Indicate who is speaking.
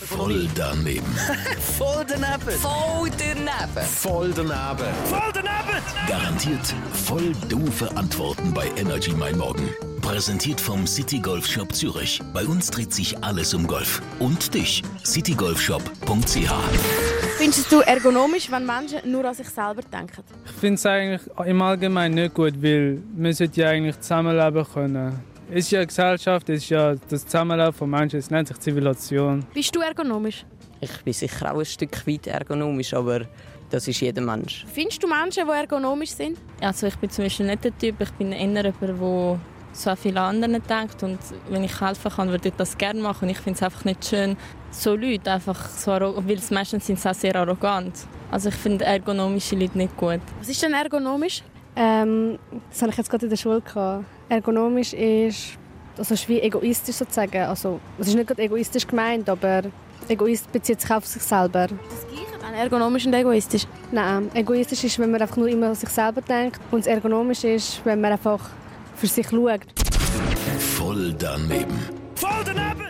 Speaker 1: Voll daneben.
Speaker 2: Voll daneben.
Speaker 3: Voll daneben.
Speaker 1: Voll daneben.
Speaker 2: Voll daneben.
Speaker 1: Garantiert voll doofe Antworten bei Energy Mein Morgen. Präsentiert vom City Golf Shop Zürich. Bei uns dreht sich alles um Golf. Und dich, citygolfshop.ch.
Speaker 4: Findest du ergonomisch, wenn Menschen nur an sich selber denken?
Speaker 5: Ich finde es eigentlich im Allgemeinen nicht gut, weil wir sollten ja eigentlich zusammenleben können. Es ist ja eine Gesellschaft, es ist ja das Zusammenleben von Menschen, es nennt sich Zivilisation.
Speaker 4: Bist du ergonomisch?
Speaker 6: Ich bin sicher auch ein Stück weit ergonomisch, aber das ist jeder Mensch.
Speaker 4: Findest du Menschen, die ergonomisch sind?
Speaker 7: Also ich bin zum Beispiel nicht der Typ, ich bin eher jemand, der so an viele andere denkt und wenn ich helfen kann, würde ich das gerne machen und ich finde es einfach nicht schön, so Leute einfach so arrogant, weil es meistens sind sie auch sehr arrogant. Also ich finde ergonomische Leute nicht gut.
Speaker 4: Was ist denn ergonomisch?
Speaker 8: Ähm, das habe ich jetzt gerade in der Schule gehabt. Ergonomisch ist, also ist wie egoistisch sozusagen. Also es ist nicht gerade egoistisch gemeint, aber Egoist bezieht sich auf sich selber.
Speaker 4: Das Gleiche dann, ergonomisch und egoistisch.
Speaker 8: Nein, egoistisch ist, wenn man einfach nur immer an sich selber denkt. Und das ergonomisch ist, wenn man einfach für sich schaut.
Speaker 1: Voll daneben.
Speaker 2: Voll daneben.